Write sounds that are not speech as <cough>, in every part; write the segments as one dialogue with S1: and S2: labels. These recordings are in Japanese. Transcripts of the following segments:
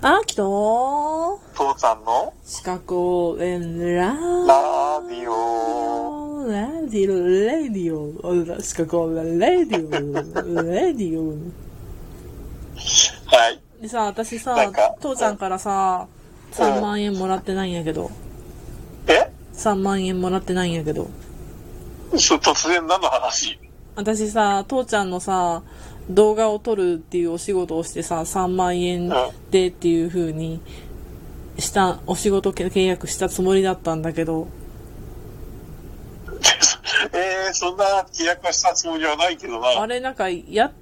S1: 秋と
S2: 父ちゃんの
S1: 四角応援ラ
S2: ラディオ。
S1: オラディオレディオ四角応援レディオレディ
S2: はい。
S1: オでさ私
S2: な
S1: さ
S2: んか
S1: 父ちゃんからさ
S2: うん
S1: 3万円もらってないんやけど
S2: え
S1: 3万円もらってないんやけど
S2: そ突然何の話 <laughs>
S1: 私さ父ちゃんのさ動画を撮るっていうお仕事をしてさ3万円でっていう風にしたお仕事契約したつもりだったんだけど
S2: えー、そんな契約はしたつもりはないけどな
S1: あ。れなんかや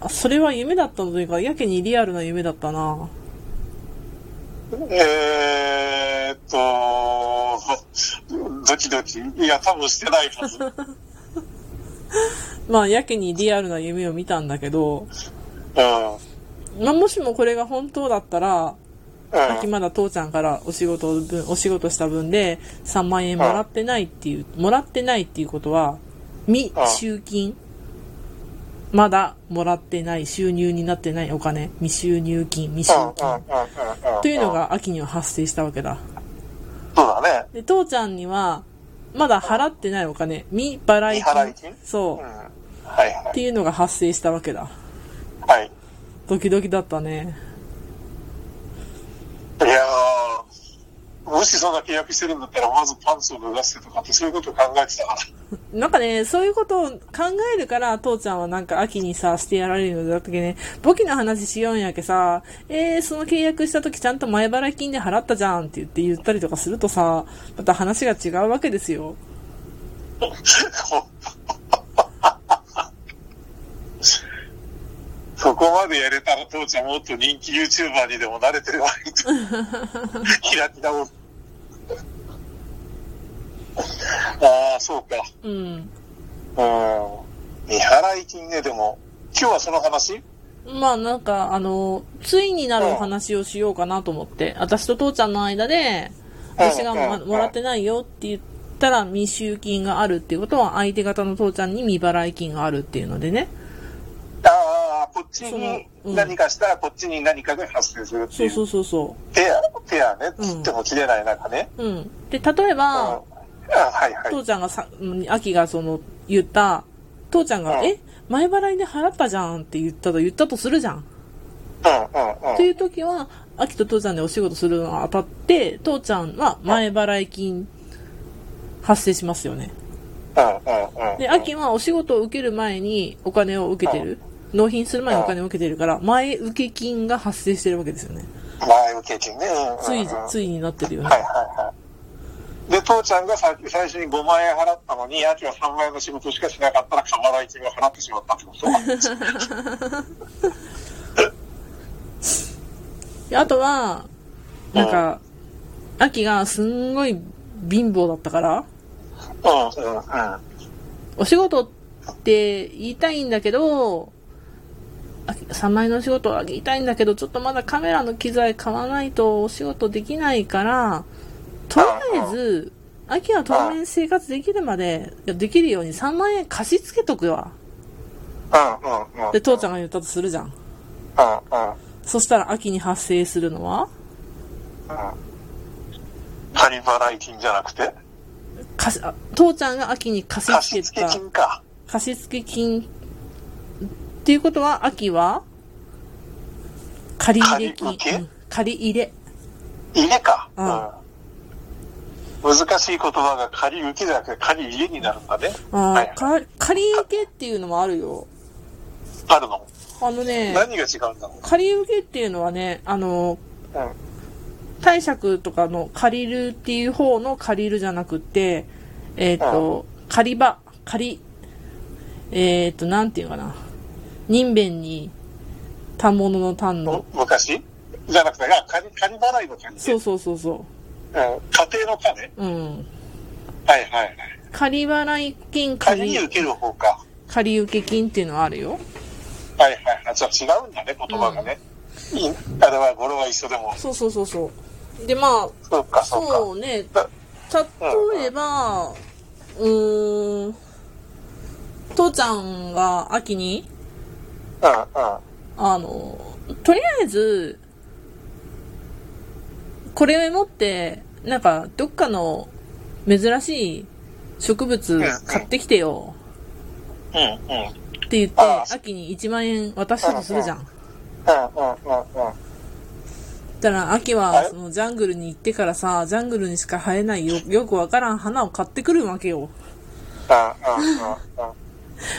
S1: あそれは夢だったのというかやけにリアルな夢だったな
S2: えーっと、ドキドキ。いや、多分してない
S1: <laughs>
S2: はず。う
S1: まあやけにリアルな夢を見たんだけど、
S2: ん。
S1: まあ、もしもこれが本当だったらさっき
S2: うん。
S1: まだ父ちゃんからお仕事分お仕事した分で3万円もらってないっていう、もらってないっていうことは未
S2: うん
S1: 集金、まだもらってない収入になってないお金未収入金未収
S2: うんうん
S1: 金、
S2: うんうんうん
S1: というのが秋には発生したわけだ
S2: そうだね
S1: で父ちゃんにはまだ払ってないお金未払い金
S2: 未払い金
S1: そう、
S2: うん
S1: っ
S2: はいは
S1: ていうのが発生したわけだ
S2: いはい
S1: ドキドキだったね
S2: いやーもしそんな契約してるんだったらまずパンツを脱がせてとかってそういうことを考えてたから
S1: なんかね、そういうことを考えるから、父ちゃんはなんか秋にさ、してやられるのだったけね、簿記の話しようんやけさ、えー、その契約した時ちゃんと前払い金で払ったじゃんって言って言ったりとかするとさ、また話が違うわけですよ。
S2: <laughs> そこまでやれたら父ちゃんもっと人気 YouTuber にでも慣れてればいいと
S1: <laughs>
S2: キラキラをああそうか
S1: うん。
S2: うん未払い金ねでも今日はその話
S1: まあなんか、あの、ついになるお話をしようかなと思って、私と父ちゃんの間で、私がも
S2: うんうん
S1: もらってないよって言ったら未収金があるっていうことは、相手方の父ちゃんに未払い金があるっていうのでね。
S2: ああこっち
S1: その
S2: に
S1: うん
S2: 何かしたらこっちに何かが発生するって
S1: そ
S2: いうう
S1: そうそうそ
S2: ペアペアね
S1: うん
S2: 切っても切れない中ね、
S1: う。うん。で、例え
S2: うん、
S1: ば
S2: あ、はいはい
S1: 父ちゃんがさ、うん秋がその、言った、父ちゃんが、
S2: うん
S1: え前払いで払ったじゃんって言ったと、言ったとするじゃん。
S2: うんうんうん
S1: という時は、秋と父ちゃんでお仕事するのが当たって、父ちゃんは前払い金、発生しますよね。
S2: うんうんうん
S1: で、秋はお仕事を受ける前にお金を受けてる。納品する前にお金を受けてるから、前受け金が発生してるわけですよね。
S2: 前受け金ね。うん
S1: つ
S2: うんう
S1: い
S2: ん、
S1: ついになってるよね
S2: は。いはいはい。で、父ちゃんがさ最初に5万円払ったのに、秋は3万円の仕事しかしなかったら、過払い金を払ってしまったってこと。
S1: であとは、なんか、秋がすんごい貧乏だったから、
S2: うんうんうん。あ
S1: お仕事って言いたいんだけど、あ3万円のお仕事は言いたいんだけど、ちょっとまだカメラの機材買わないとお仕事できないから、とりあえず、秋は当面生活できるまで、いやできるように3万円貸し付けとくわ。
S2: うんうんうん。
S1: で、父ちゃんが言ったとするじゃん。
S2: うんうん
S1: そしたら秋に発生するのは、
S2: うん。仮払い金じゃなくて、
S1: 貸しあ父ちゃんが秋に貸し付け
S2: 貸付
S1: た。
S2: 金か。
S1: 貸付金っていうことは秋は借り入れ金
S2: 借り受け
S1: うん借り入れ
S2: 家か。
S1: う
S2: うん。難しい言葉が仮受けじゃなくて仮家になるんだね。
S1: あ
S2: はい
S1: ーか借り受けっていうのもあるよ
S2: あるの。
S1: あのね
S2: 何が違うんだろ
S1: 借り受けっていうのはねあの
S2: う。うん。
S1: 貸借とかの借りるっていう方の借りるじゃなくてえっ、と、借り場借りえっ、となんていうかな人弁に反物の単の
S2: む昔じゃなくて、あ仮仮払いの金ね。
S1: そうそうそうそ
S2: うん家庭の金
S1: ううん
S2: はいはいはい。
S1: 借り払い金借
S2: 仮
S1: り
S2: に受ける方か。
S1: 借受金っていうのはあるよ
S2: はいはいはい。じゃあ違うんだね、言葉がね。いいあれは語呂は一緒でも。
S1: そうそうそうそうでまあ
S2: そうか
S1: そ
S2: そう
S1: ね
S2: うか。
S1: 例えばうーん父ちゃんが秋に
S2: だうんうん。
S1: あのとりあえずこれを持って、なんか、どっかの珍しい植物買ってきてよ
S2: うんうんうん
S1: って言って、
S2: ああ
S1: 秋に1万円渡したとするじゃん。
S2: うんうん
S1: だから、秋
S2: あ
S1: は、
S2: れ
S1: そのジャングルに行ってからさ、ジャングルにしか生えないよ、よくわからん花を買ってくるわけよ。
S2: ああああ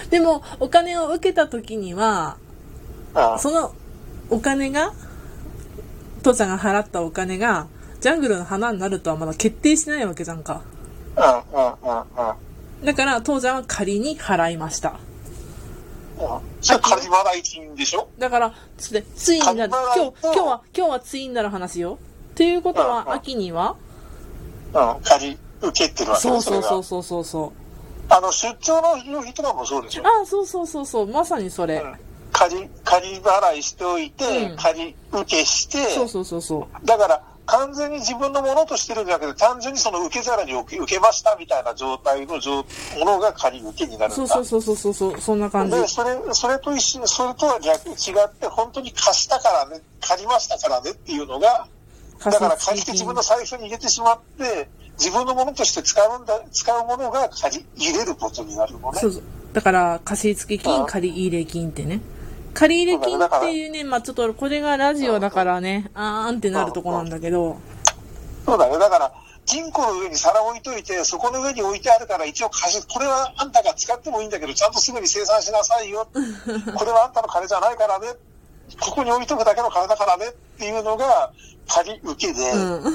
S1: でも、お金を受けた時には、
S2: ああ
S1: そのお金が、父ちゃんが払ったお金が、ジャングルの花になるとはまだ決定しないわけじゃんか。
S2: あああああ
S1: だから、父ちゃんは仮に払いました。
S2: あそれカリマライ金でしょ
S1: だから、つで、ついになる。
S2: 考え
S1: 今
S2: ない
S1: 日
S2: と、
S1: 今日は、今日はついになる話よ。ということ
S2: うんう
S1: は、
S2: ん
S1: 秋には
S2: うん借り受けてるわけ
S1: そう
S2: ね
S1: そう
S2: れが
S1: そうそうそうそう。
S2: あの出張の日とかもそうでしょ
S1: ああ、そうそうそうそう。まさにそれ。
S2: 借り借り払いしておいて、
S1: うん
S2: 借り受けして
S1: そうそうそうそう。
S2: だから完全に自分のものとしてるんじゃなくて単純にその受け皿に受け受けましたみたいな状態の状ものが借り受けになるんだ
S1: そうそうそうそうそうそう。そんな感じ。
S2: でそれそれと一緒それとは逆違って本当に貸したからね借りましたからねっていうのがだ
S1: 仮
S2: か
S1: 想
S2: ら
S1: 通
S2: 借りて自分の財布に入れてしまって自分のものとして使うんだ使うものが借り入れることになるのね
S1: そうそう。だから、貸付
S2: う
S1: 金、
S2: ん
S1: 借入金ってね。借入金っていうね、まあちょっとこれがラジオだからね、あーんってなるとこなんだけど、
S2: そうだね。だから、金庫の上に皿置いといて、そこの上に置いてあるから一応貸し、これはあんたが使ってもいいんだけど、ちゃんとすぐに生産しなさいよ。これはあんたの金じゃないからね。ここに置いとくだけの金だからねっていうのが、借り受けで、
S1: うん。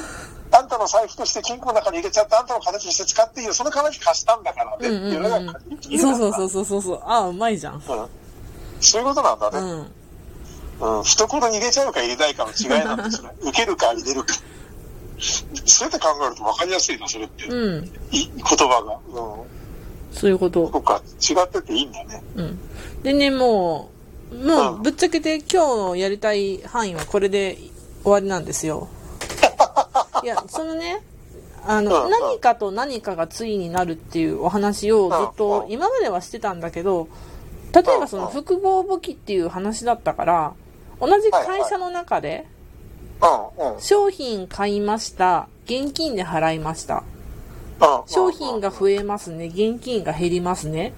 S2: あんたの財布として金庫の中に入れちゃって、あんたの金として使っていいよ。その金に貸したんだからねっていうのが借り受け
S1: そうそう
S2: う
S1: そうそうそう。ああ、うまいじゃん。
S2: そう。うんそういうことなんだ
S1: う
S2: ね。
S1: ん。
S2: うん。懐に入れちゃうか入れないかの違いなんですね。受けるか入れるか。そうやって考えると分かりやすいな、それって。
S1: うん。
S2: い言葉が。うん。
S1: そういうこと。
S2: そっか、違ってていいんだね。
S1: うん。でね、もう、も
S2: う
S1: う、
S2: ん
S1: ぶっちゃけて今日やりたい範囲はこれで終わりなんです
S2: <laughs>
S1: よ。いや、そのね、あ
S2: うんう
S1: の、
S2: ん
S1: 何かと何かが対になるっていうお話をずっ
S2: うん
S1: と
S2: うん
S1: 今まではしてたんだけど、例えばそ
S2: うん
S1: の
S2: うん
S1: 複合簿記っていう話だったから、同じ会社の中で
S2: うん、うん。
S1: 商品買いました、現金で払いました。商品が増えますね、現金が減りますね。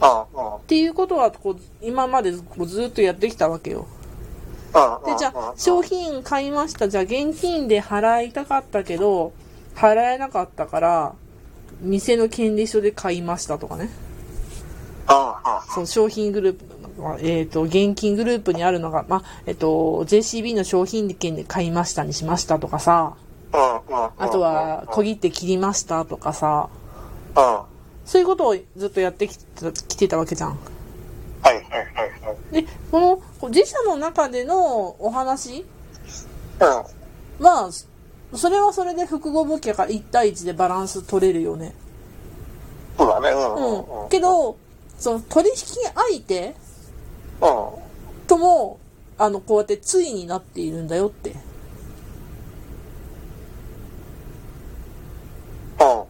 S2: うん、うん、うん、
S1: っていうことはこう今までこうずっとやってきたわけよ。
S2: うん。
S1: でじゃ
S2: うん
S1: あ商品買いましたじゃあ現金で払いたかったけど払えなかったから店の権利書で買いましたとかね
S2: う
S1: その商品グループまあえっ、と現金グループにあるのが、まあえっと JCB の商品券で買いましたにしましたとかさ
S2: ん、うん、うん。
S1: あとは小切手切りましたとかさ
S2: うん。は
S1: そういうことをずっとやってきてきてたわけじゃん。
S2: い、はい、はい、はい。
S1: でこのこう自社の中でのお話
S2: うん。
S1: まあ、そそれはそれで複合物件から1対1でバランス取れるよね。
S2: そうだね。うん、
S1: うん。
S2: うん
S1: けど、その取引相手
S2: うん。
S1: とも、あの、こうやってついになっているんだよって。
S2: うん、うん、うん。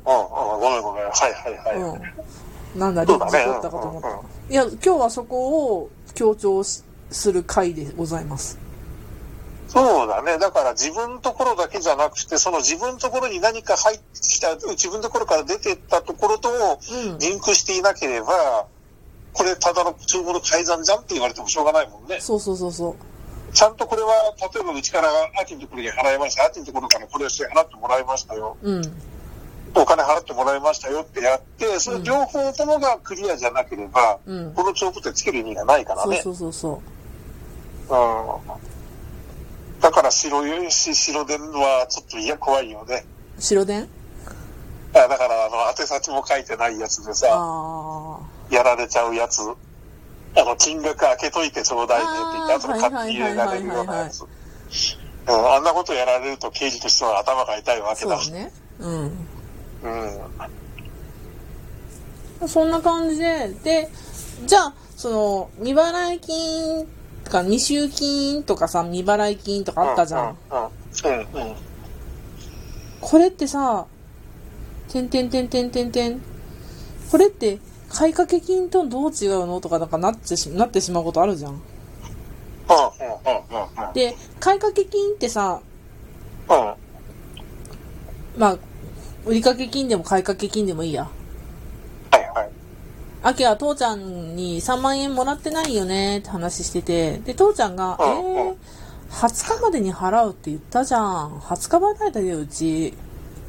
S2: ごめん、ごめん。はい、はい、はい。
S1: うん。なんだ、
S2: そ
S1: 理
S2: うだ
S1: 事
S2: ね
S1: だったかと思っ
S2: うんうん
S1: た。いや、今日はそこを強調しする回でございます。
S2: そうだね。だから自分のところだけじゃなくて、その自分のところに何か入ってきた、自分のところから出てったところと
S1: うん
S2: リンクしていなければ、これただの帳簿の改ざんじゃんって言われてもしょうがないもんね。
S1: そうそうそうそう。
S2: ちゃんとこれは、例えばうちから秋のところに払いました、秋のところからこれをして払ってもらいましたよ、
S1: うん。
S2: お金払ってもらいましたよってやって、それ両方ともがクリアじゃなければ、
S1: うん
S2: この帳簿ってつける意味がないから
S1: そう
S2: ね。
S1: そうそうそ
S2: うん、だから白いし、白電はちょっといや怖いよね。
S1: う。白電
S2: あだから、あの、宛先も書いてないやつでさ、
S1: ああ。
S2: やられちゃうやつ。あの、金額開けといてちょうだいねって言って、
S1: あー
S2: あとで勝手に入れられるようなやつ。
S1: は
S2: うんあんなことやられると刑事としては頭が痛いわけ
S1: そう
S2: だ。
S1: だね。うん。
S2: うん。
S1: そんな感じで、で、じゃあ、その、未払い金とか、未収金とかさ、未払い金とかあったじゃん。
S2: うん。うん。うん。
S1: これってさ、てんてんてんてんてんてん。これって、買掛金とどう違うのとか、なんかなってし、なってしまうことあるじゃん。
S2: うん。うん。うん。うん。うん。
S1: で、買掛金ってさ、
S2: うん。
S1: まあ、売掛金でも買掛金でもいいや。
S2: はいはい。
S1: アキは父ちゃんに3万円もらってないよねって話してて、で、父ちゃんが、え
S2: うんう
S1: ー
S2: ん、
S1: 20日までに払うって言ったじゃん。20日払いだよ、うち。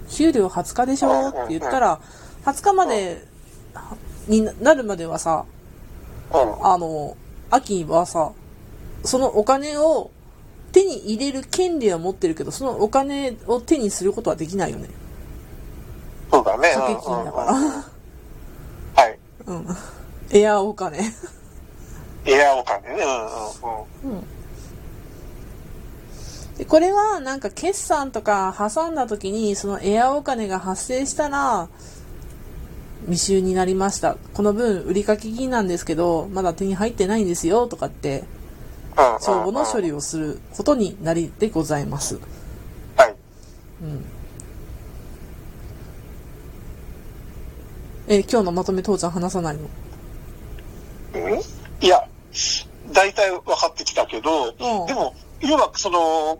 S1: 給料20日でしょって言ったら、20日までになるまではさ、
S2: うん。
S1: あの、秋はさ、そのお金を手に入れる権利は持ってるけど、そのお金を手にすることはできないよね。
S2: そうだね。
S1: 掛け
S2: う
S1: 金
S2: んうんう
S1: だ
S2: ん
S1: から。
S2: はい。
S1: うん。エアお金。
S2: エアお金ね。うんうんうん。
S1: でこれはなんか決算とか挟んだ時にそのエアお金が発生したら未収になりましたこの分売掛金なんですけどまだ手に入ってないんですよとかって
S2: うんうん
S1: 帳簿の処
S2: 理。
S1: 理をすることになりでございます
S2: はい。
S1: え今日のまとめ父ちゃん話さないの
S2: うんいや、大体分かってきたけど、でも、要はその、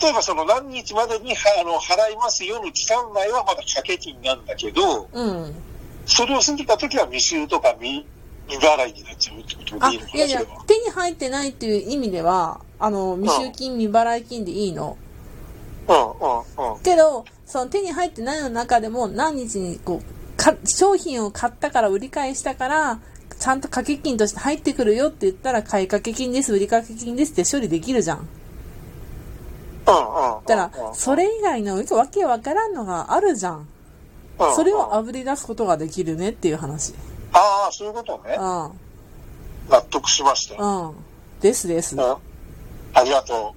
S2: 例えばその何日までにはあの払いますよの期間内はまだ掛け金なんだけど、
S1: うん
S2: それを過ぎた時は未収とか未未払いになっちゃうってこと
S1: あ
S2: でいいのか
S1: いや
S2: ないそ
S1: や
S2: れは。
S1: 手に入ってないっていう意味ではあの未収金未払い金でいいの
S2: うんうんうん。
S1: けどその手に入ってないの中でも何日にこうか商品を買ったから売り返したからちゃんと掛け金として入ってくるよって言ったら買い掛け金です売り掛け金ですって処理できるじゃん
S2: うんうん。
S1: だからそれ以外のわけわからんのがあるじゃん
S2: うん
S1: それ
S2: う
S1: を
S2: んあ
S1: あぶり出すことができるねっていう話
S2: あ、そういうことね
S1: う。んう
S2: 納得しましたよ。
S1: んですです
S2: うんありがとう。